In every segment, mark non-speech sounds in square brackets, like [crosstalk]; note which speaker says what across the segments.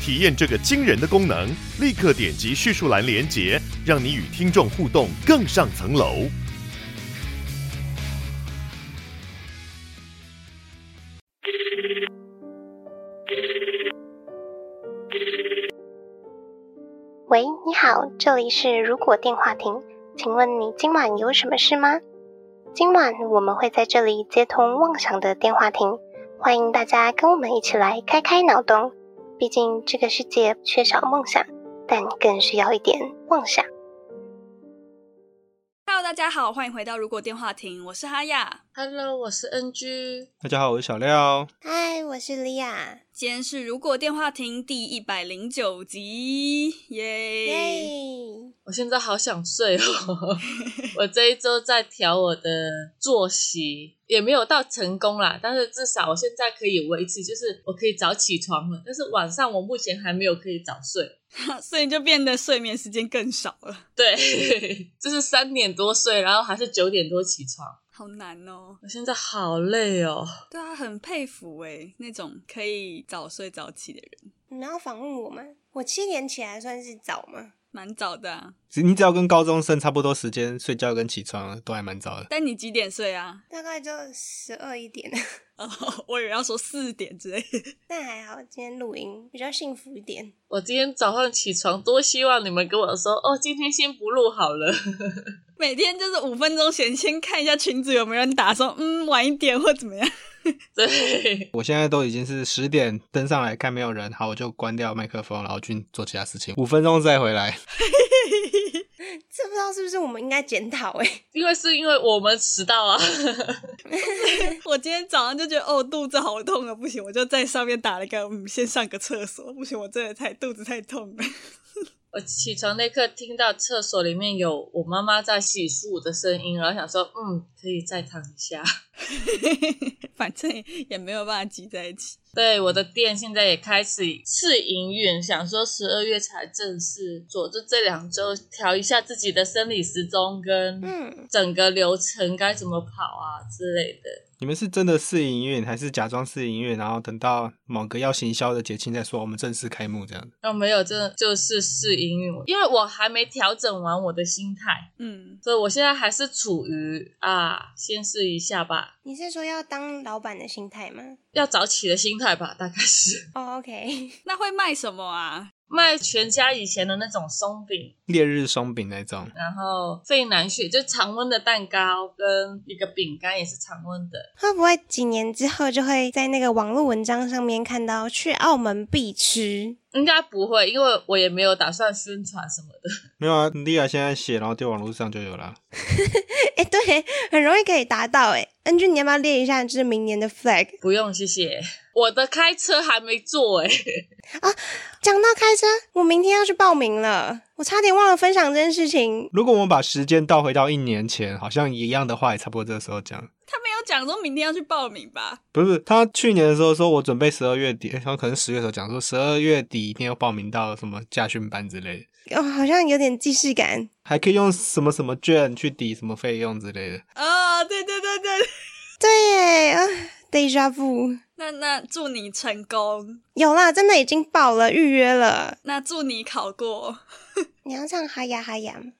Speaker 1: 体验这个惊人的功能，立刻点击叙述栏连接，让你与听众互动更上层楼。
Speaker 2: 喂，你好，这里是如果电话亭，请问你今晚有什么事吗？今晚我们会在这里接通妄想的电话亭，欢迎大家跟我们一起来开开脑洞。毕竟这个世界缺少梦想，但更需要一点妄想。
Speaker 3: Hello，大家好，欢迎回到《如果电话亭》，我是哈亚。
Speaker 4: Hello，我是 NG。
Speaker 5: 大家好，我是小廖。
Speaker 2: 嗨，我是莉亚。
Speaker 3: 今天是《如果电话亭》第一百零九集，耶！
Speaker 2: 耶！
Speaker 4: 我现在好想睡哦。我这一周在调我的作息，也没有到成功啦，但是至少我现在可以维持，就是我可以早起床了。但是晚上我目前还没有可以早睡。
Speaker 3: [laughs] 所以就变得睡眠时间更少了，
Speaker 4: 对， [laughs] 就是三点多睡，然后还是九点多起床。
Speaker 3: 好难哦。
Speaker 4: 我现在好累哦。
Speaker 3: 对啊，很佩服诶，那种可以早睡早起的人，
Speaker 2: 你们要访问我吗？我七点起来算是早吗？
Speaker 3: 蛮早的、啊。
Speaker 5: 只你只要跟高中生差不多时间睡觉跟起床都还蛮早的。
Speaker 3: 但你几点睡啊？ [laughs]
Speaker 2: 大概就十二一点， [laughs]
Speaker 3: 哦，我以为要说四点之类的。
Speaker 2: 但还好今天录音比较幸福一点。
Speaker 4: 我今天早上起床，多希望你们跟我说哦，今天先不录好了。
Speaker 3: 每天就是五分钟前先看一下群组有没有人打说，嗯，晚一点或怎么样。
Speaker 4: 对，
Speaker 5: 我现在都已经是十点登上来看没有人，好，我就关掉麦克风，然后去做其他事情，五分钟再回来。
Speaker 2: 这不知道是不是我们应该检讨哎、
Speaker 4: 因为是因为我们迟到啊。
Speaker 3: [laughs] 我今天早上就觉得哦，肚子好痛啊，不行，我就在上面打了个嗯，先上个厕所，不行，我真的太肚子太痛了。 [laughs]
Speaker 4: 我起床那刻听到厕所里面有我妈妈在洗漱的声音，然后想说，嗯，可以再躺一下。 [laughs]
Speaker 3: 反正也没有办法挤在一起。
Speaker 4: 对，我的店现在也开始试营运，想说十二月才正式做，就这两周调一下自己的生理时钟跟
Speaker 2: 嗯，
Speaker 4: 整个流程该怎么跑啊之类的。
Speaker 5: 你们是真的试营运，还是假装试营运，然后等到某个要行销的节庆再说，我们正式开幕这样？
Speaker 4: 哦，没有，真的就是试营运，因为我还没调整完我的心态，
Speaker 3: 嗯，
Speaker 4: 所以我现在还是处于啊，先试一下吧，
Speaker 2: 你是说要当老板的心态吗？
Speaker 4: 要早起的心态吧，大概是
Speaker 2: 哦、o k
Speaker 3: 那会卖什么啊？
Speaker 4: 卖全家以前的那种松饼，
Speaker 5: 烈日松饼那种，
Speaker 4: 然后费南雪就常温的蛋糕跟一个饼干也是常温的，
Speaker 2: [laughs] 会不会几年之后就会在那个网络文章上面看到去澳门必吃？ [laughs]
Speaker 4: 应该不会，因为我也没有打算宣传什么的。 [laughs]
Speaker 5: 没有啊？莉亚现在写，然后丢网络上就有了。
Speaker 2: 哎、对，很容易可以达到哎、恩君，你要不要列一下就是明年的 flag？
Speaker 4: 不用，谢谢。我的开车还没做哎、
Speaker 2: 讲到开车，我明天要去报名了，我差点忘了分享这件事情。
Speaker 5: 如果我们把时间倒回到一年前，好像一样的话，也差不多这个时候讲。
Speaker 3: 他没有讲说明天要去报名吧？
Speaker 5: 不是他去年的时候说，我准备十二月底，然后可能十月的时候讲说，十二月底一定要报名到什么驾训班之类的，
Speaker 2: 哦，好像有点既视感。
Speaker 5: 还可以用什么什么券去抵什么费用之类的。
Speaker 3: 啊、对对对对。
Speaker 2: 对耶，啊，deja vu。
Speaker 3: 那那祝你成功，
Speaker 2: 有啦，真的已经报了，预约了。
Speaker 3: 那祝你考过。
Speaker 2: 你要唱哈呀哈呀吗？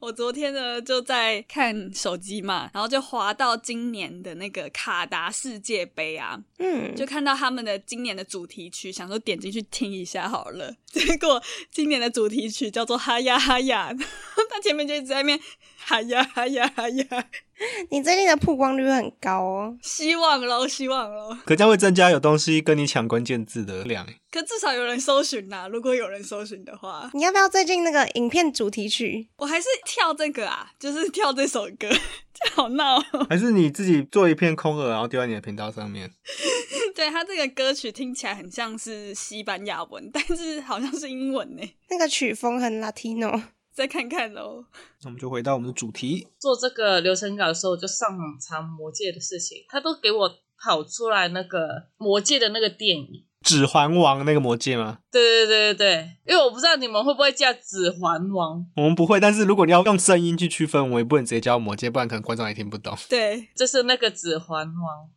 Speaker 3: 我昨天呢就在看手机嘛，然后就滑到今年的那个卡达世界杯啊，
Speaker 2: 嗯，
Speaker 3: 就看到他们的今年的主题曲，想说 [laughs] 点进去听一下好了。结果今年的主题曲叫做《哈呀哈呀》， [laughs] 他前面就一直在那边喊呀喊呀喊呀，
Speaker 2: 你最近的曝光率很高哦。
Speaker 3: 希望喽，希望喽。
Speaker 5: 可这样会增加有东西跟你抢关键字的量欸。
Speaker 3: 可至少有人搜寻呐、如果有人搜寻的话，
Speaker 2: 你要不要最近那个影片主题曲？
Speaker 3: 我还是跳这个啊，就是跳这首歌， [laughs] 这好闹、 [laughs] 哦。
Speaker 5: 还是你自己做一片空耳，然后丢在你的频道上面？
Speaker 3: 对他这个歌曲听起来很像是西班牙文，但是好像是英文呢。
Speaker 2: 那个曲风很 Latino，
Speaker 3: 再看看喽。
Speaker 5: 那我们就回到我们的主题，
Speaker 4: 做这个流程稿的时候，我就上网查《魔戒》的事情，他都给我跑出来那个《魔戒》的那个电影。
Speaker 5: 《指环王》那个魔戒吗？
Speaker 4: 对对对对对，因为我不知道你们会不会叫《指环王》，
Speaker 5: 我们不会，但是如果你要用声音去区分，我也不能直接叫魔戒，不然可能观众也听不懂。
Speaker 3: 对，
Speaker 4: 就是那个《指环王》。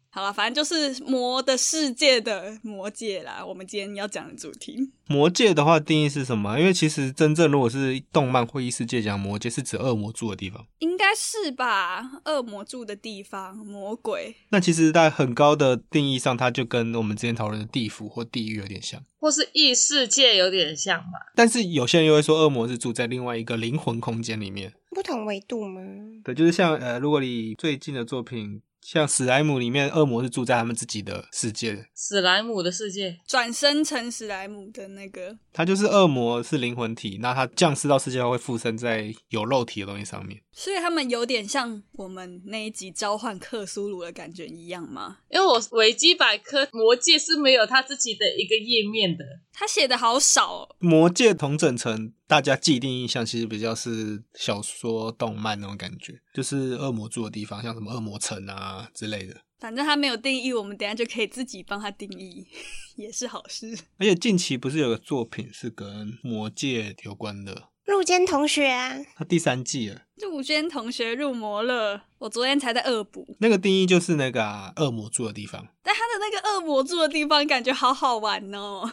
Speaker 3: 好了，反正就是魔的世界的魔界啦。我们今天要讲的主题，
Speaker 5: 魔戒的话，定义是什么？因为其实真正如果是动漫或异世界讲魔戒，是指恶魔住的地方。
Speaker 3: 应该是吧？恶魔住的地方，魔鬼。
Speaker 5: 那其实，在很高的定义上，它就跟我们之前讨论的地府或地狱有点像。
Speaker 4: 或是异世界有点像吧，
Speaker 5: 但是有些人又会说，恶魔是住在另外一个灵魂空间里面。
Speaker 2: 不同维度吗？
Speaker 5: 对，就是像呃，如果你最近的作品，像史莱姆里面，恶魔是住在他们自己的世界，
Speaker 4: 史莱姆的世界。
Speaker 3: 转身成史莱姆的那个，
Speaker 5: 它就是恶魔是灵魂体，那它降世到世界后会附身在有肉体的东西上面。
Speaker 3: 所以他们有点像我们那一集召唤克苏鲁的感觉一样吗？
Speaker 4: 因为我维基百科《魔戒》是没有他自己的一个页面的，
Speaker 3: 他写的好少、哦，
Speaker 5: 魔戒同整成大家既定印象其实比较是小说、动漫那种感觉，就是恶魔住的地方，像什么恶魔城啊之类的。
Speaker 3: 反正他没有定义，我们等一下就可以自己帮他定义， [laughs] 也是好事。
Speaker 5: 而且近期不是有个作品是跟魔戒有关的，
Speaker 2: 入间同学啊，
Speaker 5: 它第三季了。
Speaker 3: 陆娟同学入魔了，我昨天才在恶补，
Speaker 5: 那个定义就是那个、啊、恶魔住的地方，
Speaker 3: 但他的那个恶魔住的地方感觉好好玩哦。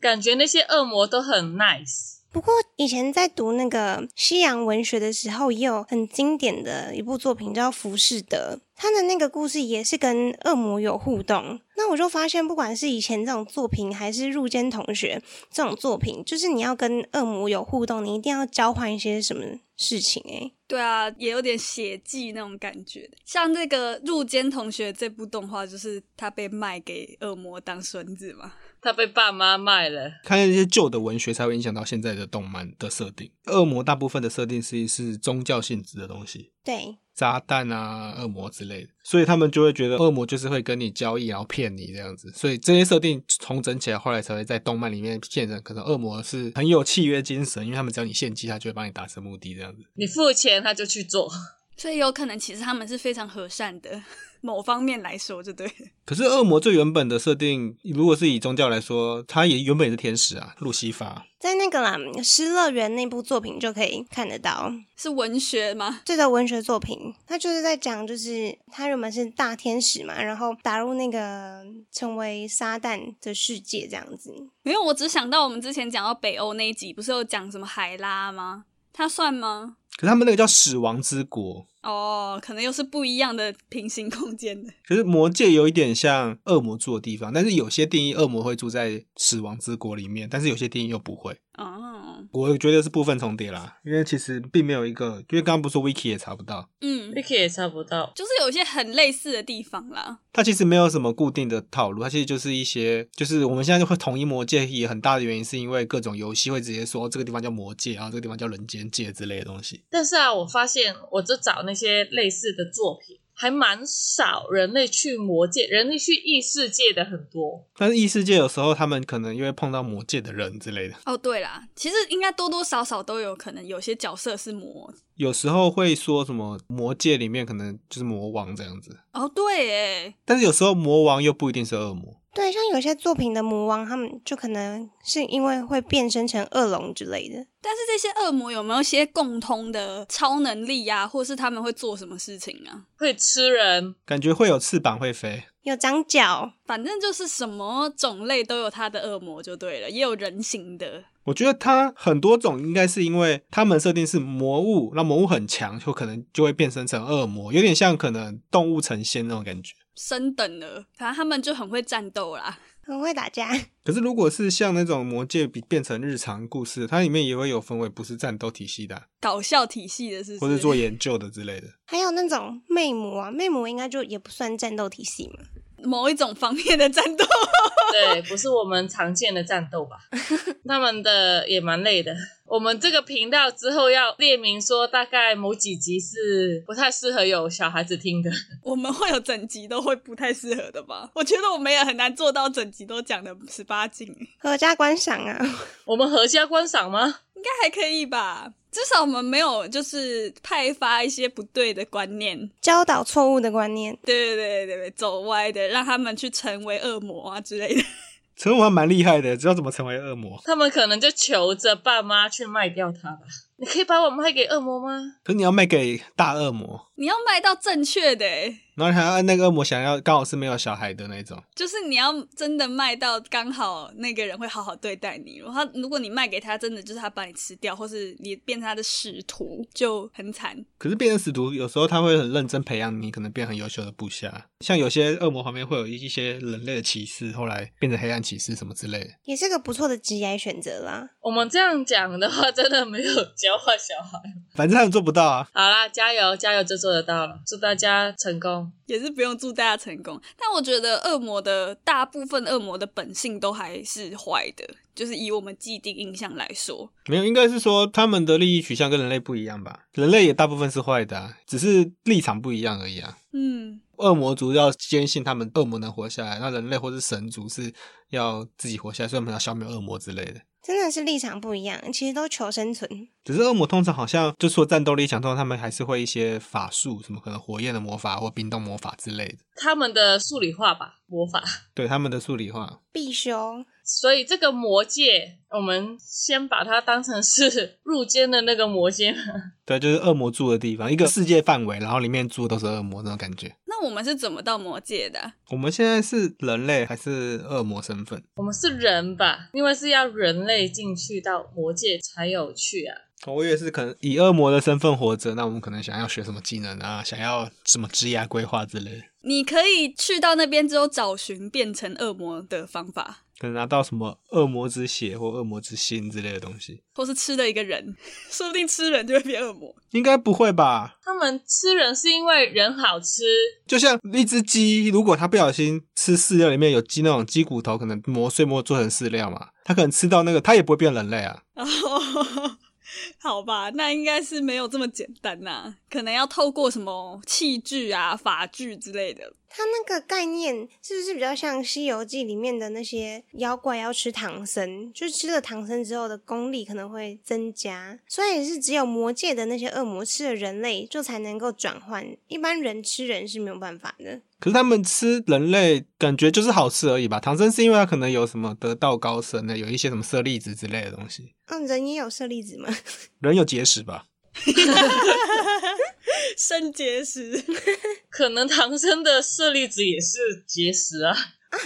Speaker 4: 感觉那些恶魔都很 nice。
Speaker 2: 不过以前在读那个西洋文学的时候，也有很经典的一部作品叫《浮士德》，他的那个故事也是跟恶魔有互动。那我就发现，不管是以前这种作品，还是入间同学这种作品，就是你要跟恶魔有互动，你一定要交换一些什么事情、欸。诶，
Speaker 3: 对啊，也有点血迹那种感觉。像那个入间同学这部动画，就是他被卖给恶魔当孙子嘛。
Speaker 4: 他被爸妈卖了，
Speaker 5: 看那些旧的文学才会影响到现在的动漫的设定。恶魔大部分的设定是是宗教性质的东西，
Speaker 2: 对，
Speaker 5: 炸弹啊、恶魔之类的，所以他们就会觉得恶魔就是会跟你交易，然后骗你这样子。所以这些设定重整起来，后来才会在动漫里面现身。可能恶魔是很有契约精神，因为他们只要你献祭，他就会帮你达成目的这样子。
Speaker 4: 你付钱他就去做，
Speaker 3: 所以有可能其实他们是非常和善的，某方面来说就对了。
Speaker 5: 可是恶魔最原本的设定，如果是以宗教来说，他也原本也是天使啊，路西法。
Speaker 2: 在那个啦《失乐园》那部作品就可以看得到，
Speaker 3: 是文学吗？
Speaker 2: 这个文学作品，它就是在讲，就是他原本是大天使嘛，然后打入那个成为撒旦的世界这样子。
Speaker 3: 没有，我只想到我们之前讲到北欧那一集，不是有讲什么海拉吗？他算吗？
Speaker 5: 可是他们那个叫死亡之国，
Speaker 3: 哦，可能又是不一样的平行空间的。
Speaker 5: 可是魔界有一点像恶魔住的地方，但是有些定义恶魔会住在死亡之国里面，但是有些定义又不会。
Speaker 3: 哦，
Speaker 5: 我觉得是部分重叠啦，因为其实并没有一个，因为刚刚不是说 wiki 也查不到，
Speaker 3: 嗯，
Speaker 4: Vicky 也查不到。
Speaker 3: 就是有一些很类似的地方啦。
Speaker 5: 它其实没有什么固定的套路，它其实就是一些，就是我们现在就会统一魔界，也很大的原因是因为各种游戏会直接说、哦这个地方叫魔界，然后这个地方叫人间界之类的东西。
Speaker 4: 但是啊，我发现我就找那些类似的作品，还蛮少人类去魔界，人类去异世界的很多。
Speaker 5: 但是异世界有时候他们可能因为碰到魔界的人之类的，
Speaker 3: 哦，对啦，其实应该多多少少都有可能，有些角色是魔。
Speaker 5: 有时候会说什么魔界里面可能就是魔王这样子，
Speaker 3: 哦，对，诶，
Speaker 5: 但是有时候魔王又不一定是恶魔。
Speaker 2: 对，像有些作品的魔王，他们就可能是因为会变身成恶龙之类的。
Speaker 3: 但是这些恶魔有没有一些共通的超能力呀、或是他们会做什么事情啊？
Speaker 4: 会吃人，
Speaker 5: 感觉会有翅膀会飞，
Speaker 2: 有长角，
Speaker 3: 反正就是什么种类都有它的恶魔就对了，也有人形的。
Speaker 5: 我觉得它很多种，应该是因为他们设定是魔物，那魔物很强，就可能就会变身成恶魔，有点像可能动物成仙那种感觉。
Speaker 3: 升等了，反正他们就很会战斗啦。
Speaker 2: 很会打架。 [laughs]
Speaker 5: 可是如果是像那种魔界比变成日常故事，它里面也会有分为不是战斗体系的啊、
Speaker 3: 搞笑体系的是不
Speaker 5: 或
Speaker 3: 是，
Speaker 5: 是做研究的之类的。
Speaker 2: 还有那种魅魔啊，魅魔应该就也不算战斗体系嘛。
Speaker 3: 某一种方面的战斗。 [laughs]
Speaker 4: [laughs] 对，不是我们常见的战斗吧？他们的也蛮累的。我们这个频道之后要列明说，大概某几集是不太适合有小孩子听的。
Speaker 3: 我们会有整集都会不太适合的吧？我觉得我们也很难做到整集都讲的十八禁，应
Speaker 2: 合家观赏啊， [laughs]
Speaker 4: 我们合家观赏吗？
Speaker 3: 该还可以吧？至少我们没有就是派发一些不对的观念，
Speaker 2: 教导错误的观念。
Speaker 3: 对对对对对，走歪的，让他们去成为恶魔啊之类的。 [laughs]
Speaker 5: 陈文还蛮厉害的，知道怎么成为恶魔。
Speaker 4: 他们可能就求着爸妈去卖掉它吧。你可以把我卖给恶魔吗？
Speaker 5: 可是你要卖给大恶魔，
Speaker 3: 你要卖到正确的、欸，
Speaker 5: 然后还要那个恶魔想要刚好是没有小孩的那种，
Speaker 3: 就是你要真的卖到刚好那个人会好好对待你，然后他如果你卖给他，真的就是他把你吃掉，或是你变成他的使徒，就很惨。
Speaker 5: 可是变成使徒，有时候他会很认真培养你，可能变很优秀的部下。像有些恶魔旁边会有一一些人类的骑士，后来变成黑暗骑士什么之类的。
Speaker 2: 也是个不错的职业选择啦。
Speaker 4: 我们这样讲的话，真的没有教坏小孩。
Speaker 5: 反正他们做不到啊。
Speaker 4: 好啦，加油，加油就做得到了，祝大家成功。
Speaker 3: 也是不用祝大家成功，但我觉得恶魔的大部分恶魔的本性都还是坏的，就是以我们既定印象来说，
Speaker 5: 没有，应该是说他们的利益取向跟人类不一样吧？人类也大部分是坏的、啊，只是立场不一样而已啊。
Speaker 3: 嗯，
Speaker 5: 恶魔族要坚信他们恶魔能活下来，那人类或是神族是要自己活下来，所以我们要消灭恶魔之类的。
Speaker 2: 真的是立场不一样，其实都求生存。
Speaker 5: 只是恶魔通常好像就说战斗力强，通常他们还是会一些法术，什么可能火焰的魔法或冰冻魔法之类的，
Speaker 4: 他们的数理化吧，魔法。
Speaker 5: 对他们的数理化。
Speaker 2: 必修，
Speaker 4: 所以这个魔界，我们先把它当成是入间的那个魔界。
Speaker 5: 对，就是恶魔住的地方，一个世界范围，然后里面住的都是恶魔那种感觉。
Speaker 3: 那我们是怎么到魔界的啊、
Speaker 5: 我们现在是人类还是恶魔身份？
Speaker 4: 我们是人吧，因为是要人类进去到魔界才有趣啊。
Speaker 5: 我也是，可能以恶魔的身份活着，那我们可能想要学什么技能啊，想要什么职业规划之类的，
Speaker 3: 你可以去到那边之后找寻变成恶魔的方法，
Speaker 5: 可能拿到什么恶魔之血或恶魔之心之类的东西，
Speaker 3: 或是吃了一个人， [laughs] 说不定吃人就会变恶魔。
Speaker 5: 应该不会吧？
Speaker 4: 他们吃人是因为人好吃，
Speaker 5: 就像一只鸡，如果它不小心吃饲料里面有鸡那种鸡骨头，可能磨碎磨做成饲料嘛，它可能吃到那个，它也不会变人类啊。
Speaker 3: 哦，好吧，那应该是没有这么简单呐、可能要透过什么器具啊、法具之类的。
Speaker 2: 它那个概念是不是比较像《西游记》里面的那些妖怪要吃唐僧，就是吃了唐僧之后的功力可能会增加，所以是只有魔界的那些恶魔吃了人类就才能够转换，一般人吃人是没有办法的。
Speaker 5: 可是他们吃人类，感觉就是好吃而已吧？唐僧是因为他可能有什么得道高僧的，有一些什么舍利子之类的东西，
Speaker 2: 嗯，人也有舍利子嘛，
Speaker 5: 人有结石吧？
Speaker 3: 肾结石，
Speaker 4: 可能唐僧的舍利子也是结石啊。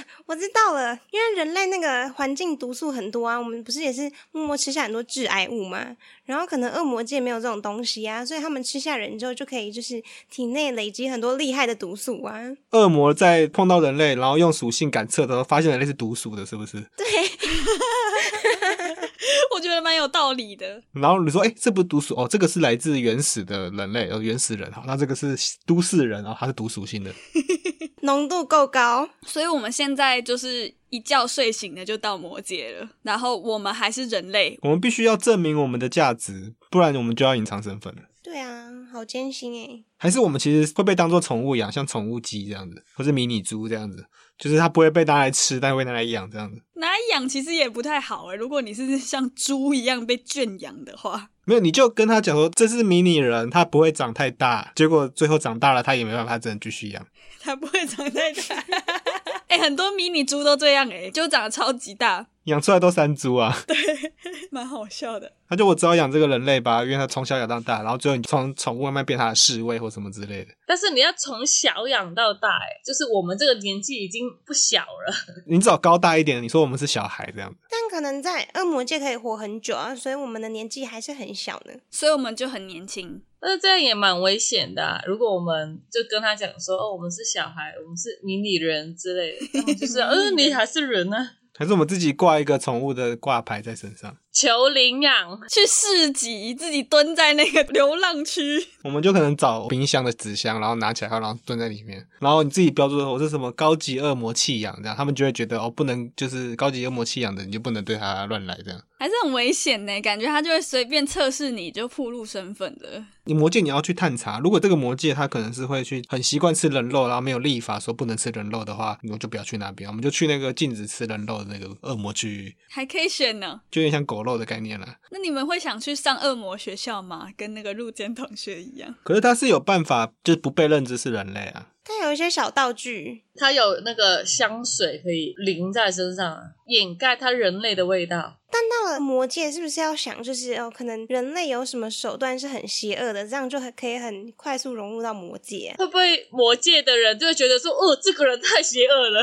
Speaker 2: [laughs] 我知道了，因为人类那个环境毒素很多啊，我们不是也是默默吃下很多致癌物嘛？然后可能恶魔界没有这种东西啊，所以他们吃下人之后就可以就是体内累积很多厉害的毒素啊。
Speaker 5: 恶魔在碰到人类，然后用属性感测的时候，发现人类是毒属的，是不是？
Speaker 3: [laughs] 我觉得蛮有道理的。
Speaker 5: 然后你说，哎、这不是毒属哦，这个是来自原始的人类，哦，原始人哈，那这个是都市人哦，它是毒属性的。
Speaker 2: 浓度够高，
Speaker 3: 所以我们现在就是一觉睡醒了就到魔界了，然后我们还是人类。
Speaker 5: 我们必须要证明我们的价值，不然我们就要隐藏身份了。
Speaker 2: 对啊，好艰辛诶。
Speaker 5: 还是我们其实会被当做宠物养，像宠物鸡这样子，或是迷你猪这样子，就是它不会被拿来吃，但会拿来养这样子。
Speaker 3: 拿养其实也不太好诶、啊如果你是像猪一样被圈养的话，
Speaker 5: 没有，你就跟他讲说这是迷你人，它不会长太大。结果最后长大了，它也没办法，只能继续养。
Speaker 3: 它不会长太大。 [laughs] 哎、很多迷你猪都这样哎、就长得超级大，
Speaker 5: 养出来都山猪啊！
Speaker 3: [laughs]
Speaker 5: [laughs]
Speaker 3: 蛮好笑的。
Speaker 5: 他就我只好养这个人类吧，因为他从小养到大，然后最后你从宠物慢慢变他的侍卫或什么之类的。
Speaker 4: 但是你要从小养到大，欸哎，就是我们这个年纪已经不小了。
Speaker 5: 你只要高大一点，你说我们是小孩这样子，
Speaker 2: 但样可能在恶魔界可以活很久啊，所以我们的年纪还是很小呢。
Speaker 3: 所以我们就很年轻。
Speaker 4: 但是这样也蛮危险的、啊。如果我们就跟他讲说，哦，我们是小孩，我们是迷你人之类的，他们就是，嗯，你还是人呢、啊，
Speaker 5: 还是我们自己挂一个宠物的挂牌在身上，
Speaker 4: 求领养。
Speaker 3: 去市集，自己蹲在那个流浪区，
Speaker 5: 我们就可能找冰箱的纸箱，然后拿起来，然后蹲在里面，然后你自己标注说我是什么高级恶魔弃养，这样他们就会觉得哦，不能就是高级恶魔弃养的，你就不能对它乱来这样。
Speaker 3: 还是很危险呢。感觉他就会随便测试你就暴露身份的。
Speaker 5: 你魔戒你要去探查，如果这个魔戒它可能是会去很习惯吃人肉，然后没有立法说不能吃人肉的话，我们就不要去那边，我们就去那个禁止吃人肉的那个恶魔区域，
Speaker 3: 还可以选呢。
Speaker 5: 就有点像狗肉的概念啦。
Speaker 3: 那你们会想去上恶魔学校吗？跟那个入间同学一样？
Speaker 5: 可是它是有办法，就是不被认知是人类啊。
Speaker 2: 它有一些小道具，
Speaker 4: 它有那个香水可以淋在身上啊，掩盖它人类的味道。
Speaker 2: 但到了魔界，是不是要想就是哦，可能人类有什么手段是很邪恶的，这样就很可以很快速融入到魔界啊、
Speaker 4: 会不会魔界的人就会觉得说，哦，这个人太邪恶了？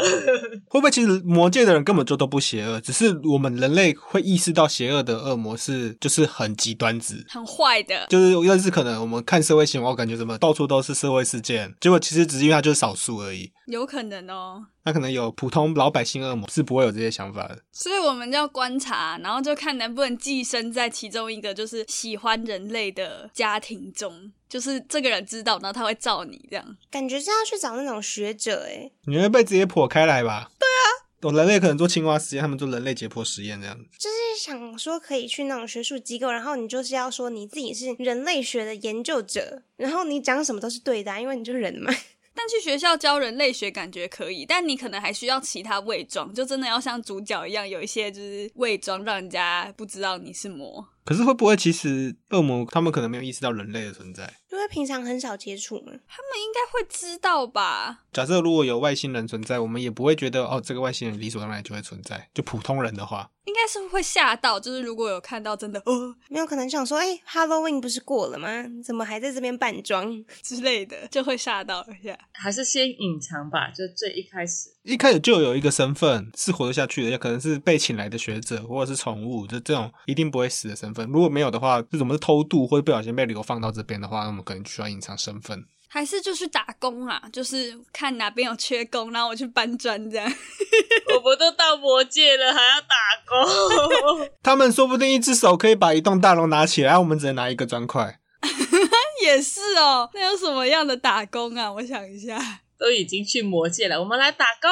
Speaker 5: 会不会其实魔界的人根本就都不邪恶，只是我们人类会意识到邪恶的恶魔是就是很极端子。
Speaker 3: 很坏的，
Speaker 5: 就是认识可能我们看社会新闻，我感觉怎么到处都是社会事件，结果其实只是因为它就是少数而已。
Speaker 3: 有可能哦。
Speaker 5: 那可能有普通老百姓恶魔是不会有这些想法的。
Speaker 3: 所以我们就要观察，然后就看能不能寄生在其中一个就是喜欢人类的家庭中，就是这个人知道，然后他会照你这样。
Speaker 2: 感觉是要去找那种学者欸诶、
Speaker 5: 你会被直接剖开来吧？对啊，我人类可能做青蛙实验，他们做人类解剖实验这样子。
Speaker 2: 就是想说可以去那种学术机构，然后你就是要说你自己是人类学的研究者，然后你讲什么都是对的啊、因为你就是人嘛。
Speaker 3: 但去学校教人类学感觉可以，但你可能还需要其他伪装，就真的要像主角一样有一些就是伪装，让人家不知道你是魔。
Speaker 5: 可是会不会其实恶魔他们可能没有意识到人类的存在？
Speaker 2: 因为平常很少接触嘛，
Speaker 3: 他们应该会知道吧？
Speaker 5: 假设如果有外星人存在，我们也不会觉得哦，这个外星人理所当然就会存在。就普通人的话，
Speaker 3: 应该是会吓到，就是如果有看到真的哦
Speaker 2: 没有可能想说，哎、h a l l o w e e n 不是过了吗？你怎么还在这边扮装？
Speaker 3: 之类的，就会吓到一下。
Speaker 4: [laughs] 还是先隐藏吧，就最一开始。
Speaker 5: 一开始就有一个身份是活得下去的，也可能是被请来的学者或者是宠物，就这种一定不会死的身份。如果没有的话，这种是偷渡或者不小心被流放到这边的话，那我们可能需要隐藏身份。
Speaker 3: 还是就去打工啊，就是看哪边有缺工，然后我去搬砖这样。
Speaker 4: 我们都到魔界了，还要打工？
Speaker 5: 他们说不定一只手可以把一栋大楼拿起来，我们只能拿一个砖块。
Speaker 3: [laughs] 也是哦，那有什么样的打工啊？我想一下，
Speaker 4: [laughs] 都已经去魔界了，我们来打工。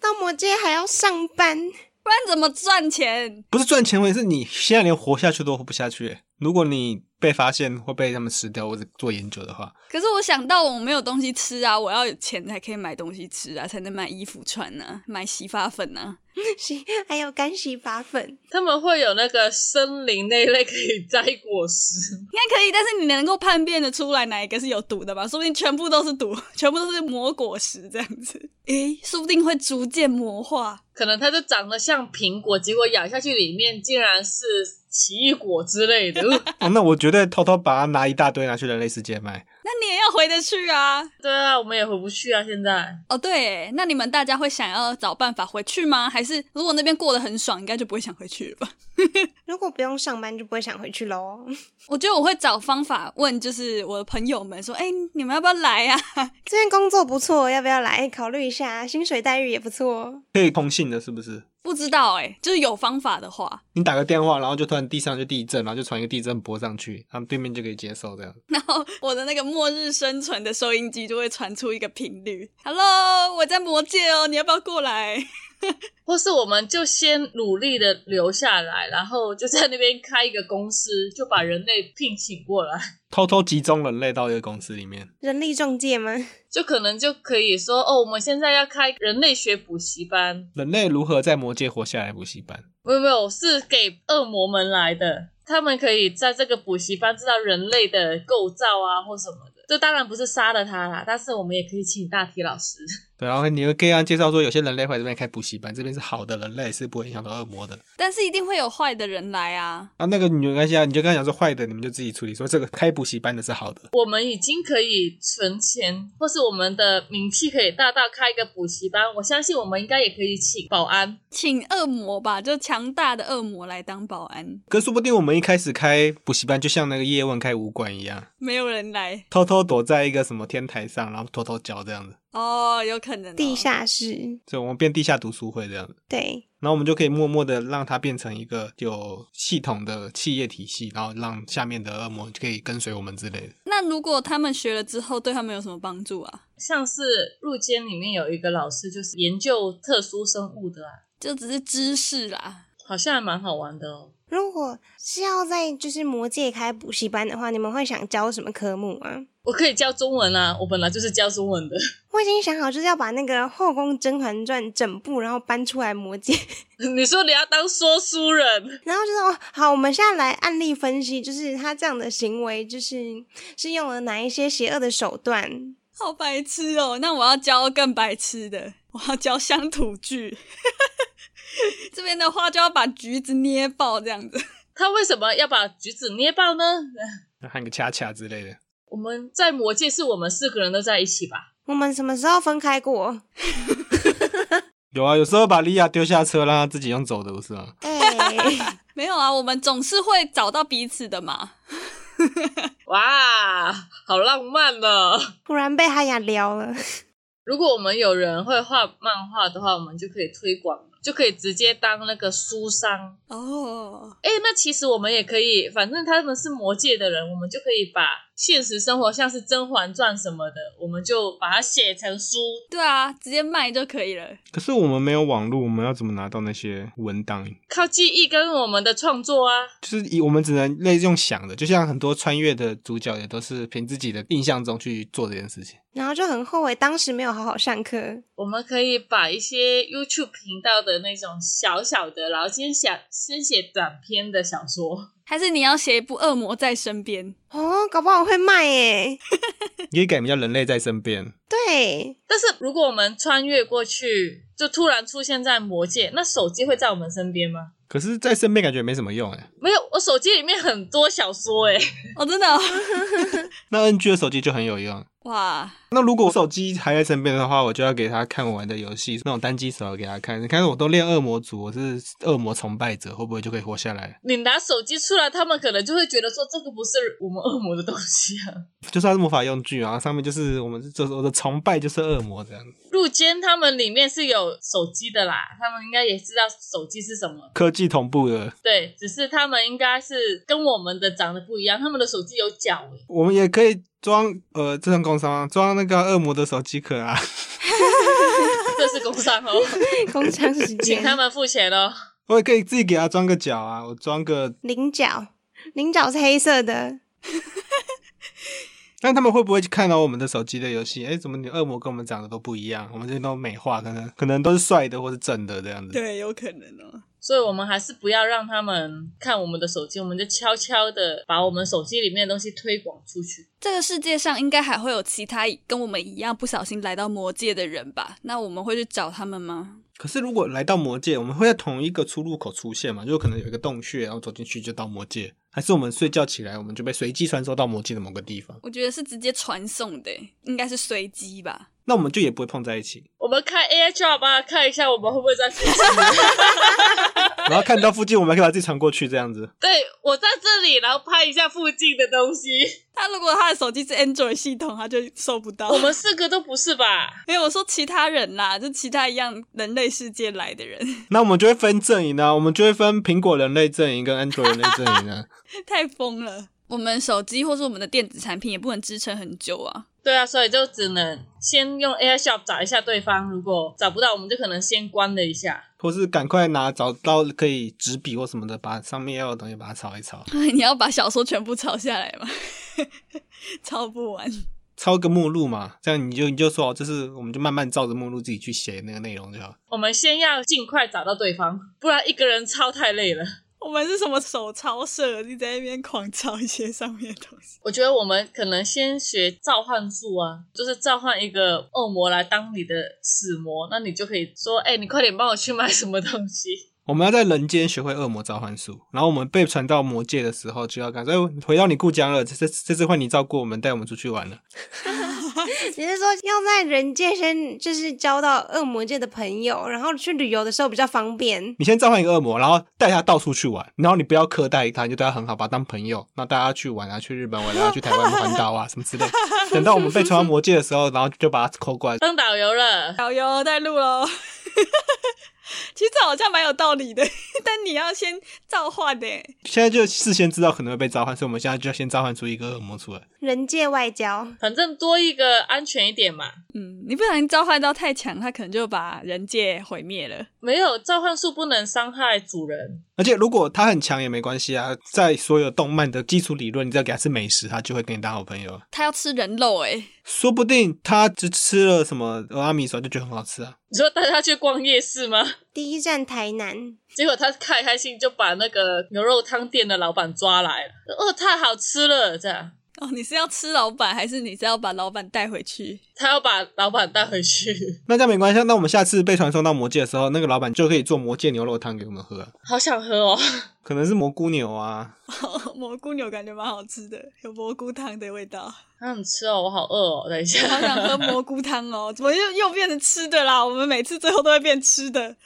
Speaker 2: 到魔界还要上班，
Speaker 3: [laughs] 不然怎么赚钱？
Speaker 5: 不是赚钱问题，是你现在连活下去都活不下去。如果你被发现会被他们吃掉或者做研究的话，
Speaker 3: 可是我想到我没有东西吃啊，我要有钱才可以买东西吃啊，才能买衣服穿啊，买洗发粉啊。
Speaker 2: 洗还有干洗发粉，
Speaker 4: 他们会有那个森林那一类可以摘果实，
Speaker 3: 应该可以，但是你能够判辨的出来哪一个是有毒的吧？说不定全部都是毒， [laughs] 全部都是魔果实这样子。诶，说不定会逐渐魔化。
Speaker 4: 可能它就长得像苹果，结果咬下去里面竟然是奇异果之类 [laughs] 的。
Speaker 5: 哦、那我绝对偷偷把它拿一大堆拿去人类世界卖。
Speaker 3: 那你也要回得去啊？
Speaker 4: 对啊，我们也回不去啊，现在。
Speaker 3: 哦，对，那你们大家会想要找办法回去吗？还是如果那边过得很爽，应该就不会想回去了吧？
Speaker 2: 如果不用上班就不会想回去喽。
Speaker 3: 我觉得我会找方法问，就是我的朋友们说，哎、你们要不要来啊？
Speaker 2: 这边工作不错，要不要来考虑一下？薪水待遇也不错。
Speaker 5: 可以通信的，是不是？
Speaker 3: 不知道哎、就是有方法的话，
Speaker 5: 你打个电话，然后就突然地上就地震，然后就传一个地震波上去，他们对面就可以接受这样。
Speaker 3: 然后我的那个末日生存的收音机就会传出一个频率，Hello，我在魔界哦，你要不要过来？ [laughs]
Speaker 4: 或是我们就先努力的留下来，然后就在那边开一个公司，就把人类聘请过来， [laughs]
Speaker 5: 偷偷集中人类到一个公司里面，
Speaker 2: 人力中介吗？
Speaker 4: 就可能就可以说哦，我们现在要开人类学补习班，
Speaker 5: 人类如何在魔界活下来补习班。
Speaker 4: 没有没有，是给恶魔们来的，他们可以在这个补习班知道人类的构造啊或什么的。这当然不是杀了他啦，但是我们也可以请大体老师。 [laughs]
Speaker 5: 对，然后你会跟大家介绍说，有些人类会来这边开补习班，这边是好的人类，是不会影响到恶魔的。
Speaker 3: 但是一定会有坏的人来啊。
Speaker 5: 啊，那个你没关系啊，你就跟他讲说坏的，你们就自己处理。说这个开补习班的是好的，
Speaker 4: 我们已经可以存钱，或是我们的名气可以大大开一个补习班。我相信我们应该也可以请保安，
Speaker 3: 请恶魔吧，就强大的恶魔来当保安，
Speaker 5: 可说不定我们一开始开补习班，就像那个叶问开武馆一样，
Speaker 3: 没有人来
Speaker 5: 偷偷躲在一个什么天台上，然后偷偷教这样子，
Speaker 3: 哦，有可能、哦、
Speaker 2: 地下室，
Speaker 5: 所以我们变地下读书会这样子。
Speaker 2: 对，
Speaker 5: 然后我们就可以默默的让它变成一个有系统的企业体系，然后让下面的恶魔就可以跟随我们之类的。
Speaker 3: 那如果他们学了之后，对他们有什么帮助啊？
Speaker 4: 像是入监里面有一个老师就是研究特殊生物的、啊，
Speaker 3: 就只是知识啦。
Speaker 4: 好像还蛮好玩的哦。
Speaker 2: 如果是要在就是魔界开补习班的话，你们会想教什么科目啊？
Speaker 4: 我可以教中文啊，我本来就是教中文的。 [laughs]
Speaker 2: 我已经想好，就是要把那个《后宫甄嬛传》整部，然后搬出来魔界，
Speaker 4: 你说你要当说书人，
Speaker 2: 然后就是哦，好，我们现在来案例分析，就是他这样的行为，就是是用了哪一些邪恶的手段？
Speaker 3: 好白痴哦！那我要教更白痴的，我要教乡土剧。 [laughs] 这边的话就要把橘子捏爆这样子。
Speaker 4: 他为什么要把橘子捏爆呢？
Speaker 5: 喊个恰恰之类的。
Speaker 4: 我们在魔界是我们四个人都在一起吧？
Speaker 2: 我们什么时候分开过？
Speaker 5: 有啊，有时候把莉亚丢下车，让她自己用走的，不是吗？
Speaker 2: 哎、 [laughs]
Speaker 3: 没有啊，我们总是会找到彼此的嘛。
Speaker 4: 哇，好浪漫呢！
Speaker 2: 突然被哈雅撩了，
Speaker 4: 如果我们有人会画漫画的话，我们就可以推广，就可以直接当那个书商。
Speaker 3: 哦，
Speaker 4: 哎，那其实我们也可以，反正他们是魔界的人，我们就可以把现实生活像是《甄嬛传》什么的，我们就把它写成书。
Speaker 3: 对啊，直接卖就可以了。
Speaker 5: 可是我们没有网络，我们要怎么拿到那些文档？
Speaker 4: 靠记忆跟我们的创作啊，
Speaker 5: 就是以我们只能类似用想的，就像很多穿越的主角也都是凭自己的印象中去做这件事情。
Speaker 2: 然后就很后悔当时没有好好上课。
Speaker 4: 我们可以把一些 YouTube 频道的那种小小的，然后先想先写短篇的小说，
Speaker 3: 还是你要写一部《恶魔在身边》？
Speaker 2: 哦，搞不好我会卖耶。
Speaker 5: 你可以改名叫人类在身边，
Speaker 2: 对，
Speaker 4: 但是如果我们穿越过去，就突然出现在魔界，那手机会在我们身边吗？
Speaker 5: 可是在身边感觉没什么用哎。
Speaker 4: 没有，我手机里面很多小说诶，
Speaker 3: 哦，真的哦、
Speaker 5: 那 NG 的手机就很有用。
Speaker 3: 哇，
Speaker 5: 那如果我手机还在身边的话，我就要给他看我玩的游戏，那种单机手游给他看。你看我都练恶魔族，我是恶魔崇拜者，会不会就可以活下来？
Speaker 4: 你拿手机出来，他们可能就会觉得说这个不是我们恶魔的东西啊。
Speaker 5: 就是它是魔法用具啊，上面就是我们就是我的崇拜就是恶魔这样。
Speaker 4: [laughs] 入监他们里面是有手机的啦，他们应该也知道手机是什么。
Speaker 5: 科技同步的，
Speaker 4: 对，只是他们应该是跟我们的长得不一样，他们的手机有脚诶。
Speaker 5: 我们也可以装呃，这算工伤吗？装那个恶魔的手机壳啊。 [laughs]
Speaker 4: 这是工伤 [laughs] 哦，
Speaker 2: 工商时
Speaker 4: 请
Speaker 2: 间，
Speaker 4: 他们付钱哦。
Speaker 5: 我也可以自己给他装个脚啊，我装个，
Speaker 2: 菱角，菱角是黑色的，
Speaker 5: 但他们会不会去看到我们的手机的游戏？哎，怎么你恶魔跟我们长得都不一样？我们这边都美化，可能可能都是帅的或是正的这样子。
Speaker 3: 对，有可能哦。
Speaker 4: 所以我们还是不要让他们看我们的手机，我们就悄悄的把我们手机里面的东西推广出去。
Speaker 3: 这个世界上应该还会有其他跟我们一样不小心来到魔界的人吧？那我们会去找他们吗？
Speaker 5: 可是如果来到魔界，我们会在同一个出入口出现嘛？就可能有一个洞穴，然后走进去就到魔界，还是我们睡觉起来，我们就被随机传送到魔界的某个地方？
Speaker 3: 我觉得是直接传送的，欸应该是随机吧。
Speaker 5: 那我们就也不会碰在一起，
Speaker 4: 我们开 AirDrop 啊，看一下我们会不会在附近。
Speaker 5: 然后看到附近，我们还可以把自己传过去这样子。
Speaker 4: [laughs] 对我在这里，然后拍一下附近的东西。
Speaker 3: 他如果他的手机是 Android 系统，他就收不到。
Speaker 4: 我们四个都不是吧？ [laughs]
Speaker 3: 没有我说其他人啦，就其他一样人类世界来的人， [laughs]
Speaker 5: 那我们就会分阵营啊，我们就会分苹果人类阵营跟安卓人类阵营啊。
Speaker 3: 太疯了。我们手机或是我们的电子产品也不能支撑很久啊。 [laughs]
Speaker 4: 对啊，所以就只能先用 AirShop 找一下对方，如果找不到，我们就可能先关了一下。
Speaker 5: 或是赶快拿找到可以纸笔或什么的，把上面要的东西把它抄一抄，
Speaker 3: 你要把小说全部抄下来吗？ [laughs] 抄不完。
Speaker 5: 抄个目录嘛，这样你就你就说，哦，这是我们就慢慢照着目录自己去写那个内容就好。
Speaker 4: 我们先要尽快找到对方，不然一个人超太累了。
Speaker 3: 我们是什么手抄社？你在那边狂抄一些上面的东西。
Speaker 4: 我觉得我们可能先学召唤术啊，就是召唤一个恶魔来当你的死魔，那你就可以说：“哎、你快点帮我去买什么东西。
Speaker 5: 我们要在人间学会恶魔召唤术，然后我们被传到魔界的时候，就要干说：“哎，回到你故乡了，这这这次换你照顾我们，带我们出去玩了。
Speaker 2: 你是说要在人界先就是交到恶魔界的朋友，然后去旅游的时候比较方便？
Speaker 5: 你先召唤一个恶魔，然后带他到处去玩，然后你不要苛待他，你就对他很好，把他当朋友。那带他去玩啊，去日本玩啊，去台湾环岛啊， [laughs] 什么之类。等到我们被传到魔界的时候，然后就把他扣过来”。
Speaker 4: 当导游
Speaker 3: [laughs]
Speaker 4: 了，
Speaker 3: 导游带路喽。 [laughs] 其实好像蛮有道理的， [laughs] 但你要先召唤欸的。
Speaker 5: 现在就事先知道可能会被召唤，所以我们现在就要先召唤出一个恶魔出来。
Speaker 2: 人界外交，
Speaker 4: 反正多一个安全一点嘛。
Speaker 3: 嗯，你不小心召唤到太强，他可能就把人界毁灭了。
Speaker 4: 没有召唤术不能伤害主人，
Speaker 5: 而且如果他很强也没关系啊，在所有动漫的基础理论，你只要给他吃美食，他就会跟你当好朋友。
Speaker 3: 他要吃人肉哎、
Speaker 5: 说不定他只吃了什么俄阿米索就觉得很好吃啊。
Speaker 4: 你说带他去逛夜市吗？
Speaker 2: 第一站台南，
Speaker 4: 结果他开开心就把那个牛肉汤店的老板抓来了，哦，太好吃了，这样
Speaker 3: 哦，你是要吃老板，还是你是要把老板带回去？ [laughs]
Speaker 4: 他要把老板带回去，
Speaker 5: 那这样没关系啊，那我们下次被传送到魔界的时候，那个老板就可以做魔界牛肉汤给我们喝啊、
Speaker 4: [laughs] 好想喝哦。
Speaker 5: 可能是蘑菇牛啊。
Speaker 3: 哦蘑菇牛感觉蛮好吃的，有蘑菇汤的味道。
Speaker 4: 好想吃哦，我好饿哦，等一下。
Speaker 3: 好想喝蘑菇汤哦， [laughs] 怎么又又变成吃的啦？我们每次最后都会变吃的，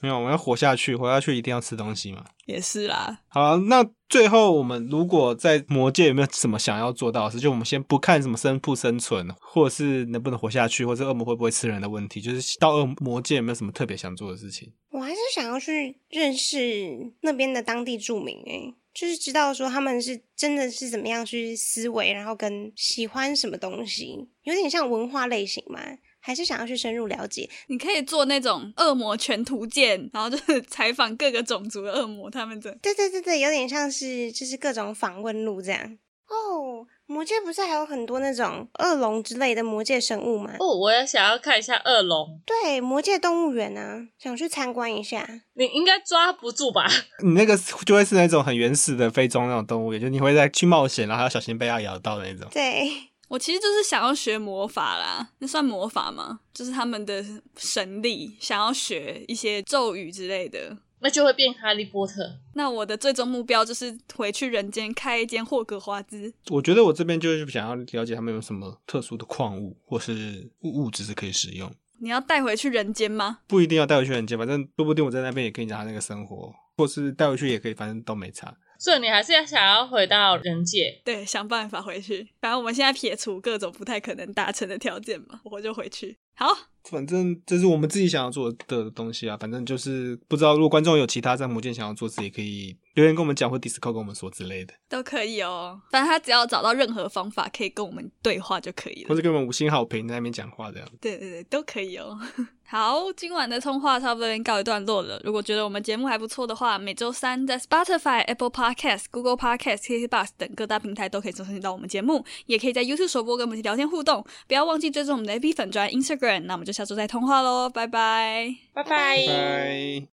Speaker 5: 没有，我们要活下去，活下去一定要吃东西嘛。
Speaker 3: 也是啦。
Speaker 5: 好啊、那最后我们如果在魔界有没有什么想要做到的事？就我们先不看什么生不生存，或者是能不能活下去，或者是恶魔会不会吃人的问题，就是到恶魔界有没有什么特别想做的事情？
Speaker 2: 我还是想要去认识那边的当地住民诶、就是知道说他们是真的是怎么样去思维，然后跟喜欢什么东西，有点像文化类型嘛，还是想要去深入了解。
Speaker 3: 你可以做那种恶魔全图鉴，然后就是采访各个种族的恶魔，他们的
Speaker 2: 对对对对，有点像是就是各种访问录这样。哦，魔界不是还有很多那种恶龙之类的魔界生物吗？
Speaker 4: 哦，我也想要看一下恶龙，
Speaker 2: 对，魔界动物园啊，想去参观一下。
Speaker 4: 你应该抓不住吧？
Speaker 5: 你那个就会是那种很原始的非洲那种动物，也就是你会在去冒险，然后还要小心被它咬到的那种。
Speaker 2: 对，
Speaker 3: 我其实就是想要学魔法啦，那算魔法吗？就是他们的神力，想要学一些咒语之类的。
Speaker 4: 那就会变哈利波特。
Speaker 3: 那我的最终目标就是回去人间开一间霍格华兹。
Speaker 5: 我觉得我这边就是想要了解他们有什么特殊的矿物或是物物质是可以使用，
Speaker 3: 你要带回去人间吗？
Speaker 5: 不一定要带回去人间，反正说不定我在那边也可以拿那个生活，或是带回去也可以，反正都没差。
Speaker 4: 所以你还是要想要回到人界，
Speaker 3: 对，想办法回去。反正我们现在撇除各种不太可能达成的条件嘛，我就回去。好，
Speaker 5: 反正这是我们自己想要做的东西啊，反正就是不知道如果观众有其他在魔界想要做的事，也可以留言跟我们讲，或 Discord 跟我们说之类的，
Speaker 3: 都可以哦。反正他只要找到任何方法可以跟我们对话就可以了
Speaker 5: 或。者给我们五星好评在那边讲话这样。
Speaker 3: 对对对，都可以哦。 [laughs] 好，今晚的通话差不多告一段落了。如果觉得我们节目还不错的话，每周三在 Spotify、Apple Podcast、Google Podcast、KKBox 等各大平台都可以收听到我们节目，也可以在 YouTube 首播跟我们一起聊天互动。不要忘记追踪我们的 AB 粉专 Instagram。那我们就下周再通话喽，拜拜。
Speaker 4: 拜拜。
Speaker 5: 拜。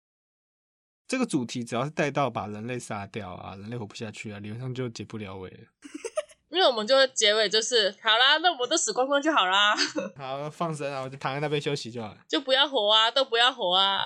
Speaker 5: 这个主题只要是带到把人类杀掉啊，人类活不下去啊，理论上就解不了尾了。
Speaker 4: 因为我们就会结尾就是好啦，那我们都死光光就好啦，
Speaker 5: 好，放生啊，我就躺在那边休息就好了。
Speaker 4: 就不要活啊，都不要活啊。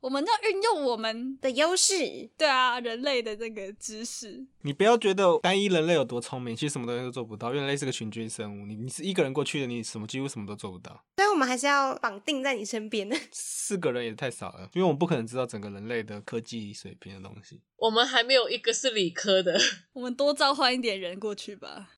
Speaker 3: 我们要运用我们
Speaker 2: 的优势。
Speaker 3: 对啊人类的这个知识，
Speaker 5: 你不要觉得单一人类有多聪明，其实什么东西都做不到，因为人类是个群居生物。你你是一个人过去的，你什么几乎什么都做不到。
Speaker 2: 所以我们还是要绑定在你身边。
Speaker 5: 四个人也太少了，因为我们不可能知道整个人类的科技水平的东西。
Speaker 4: 我们还没有一个是理科的，
Speaker 3: 我们多召唤一点人过去吧。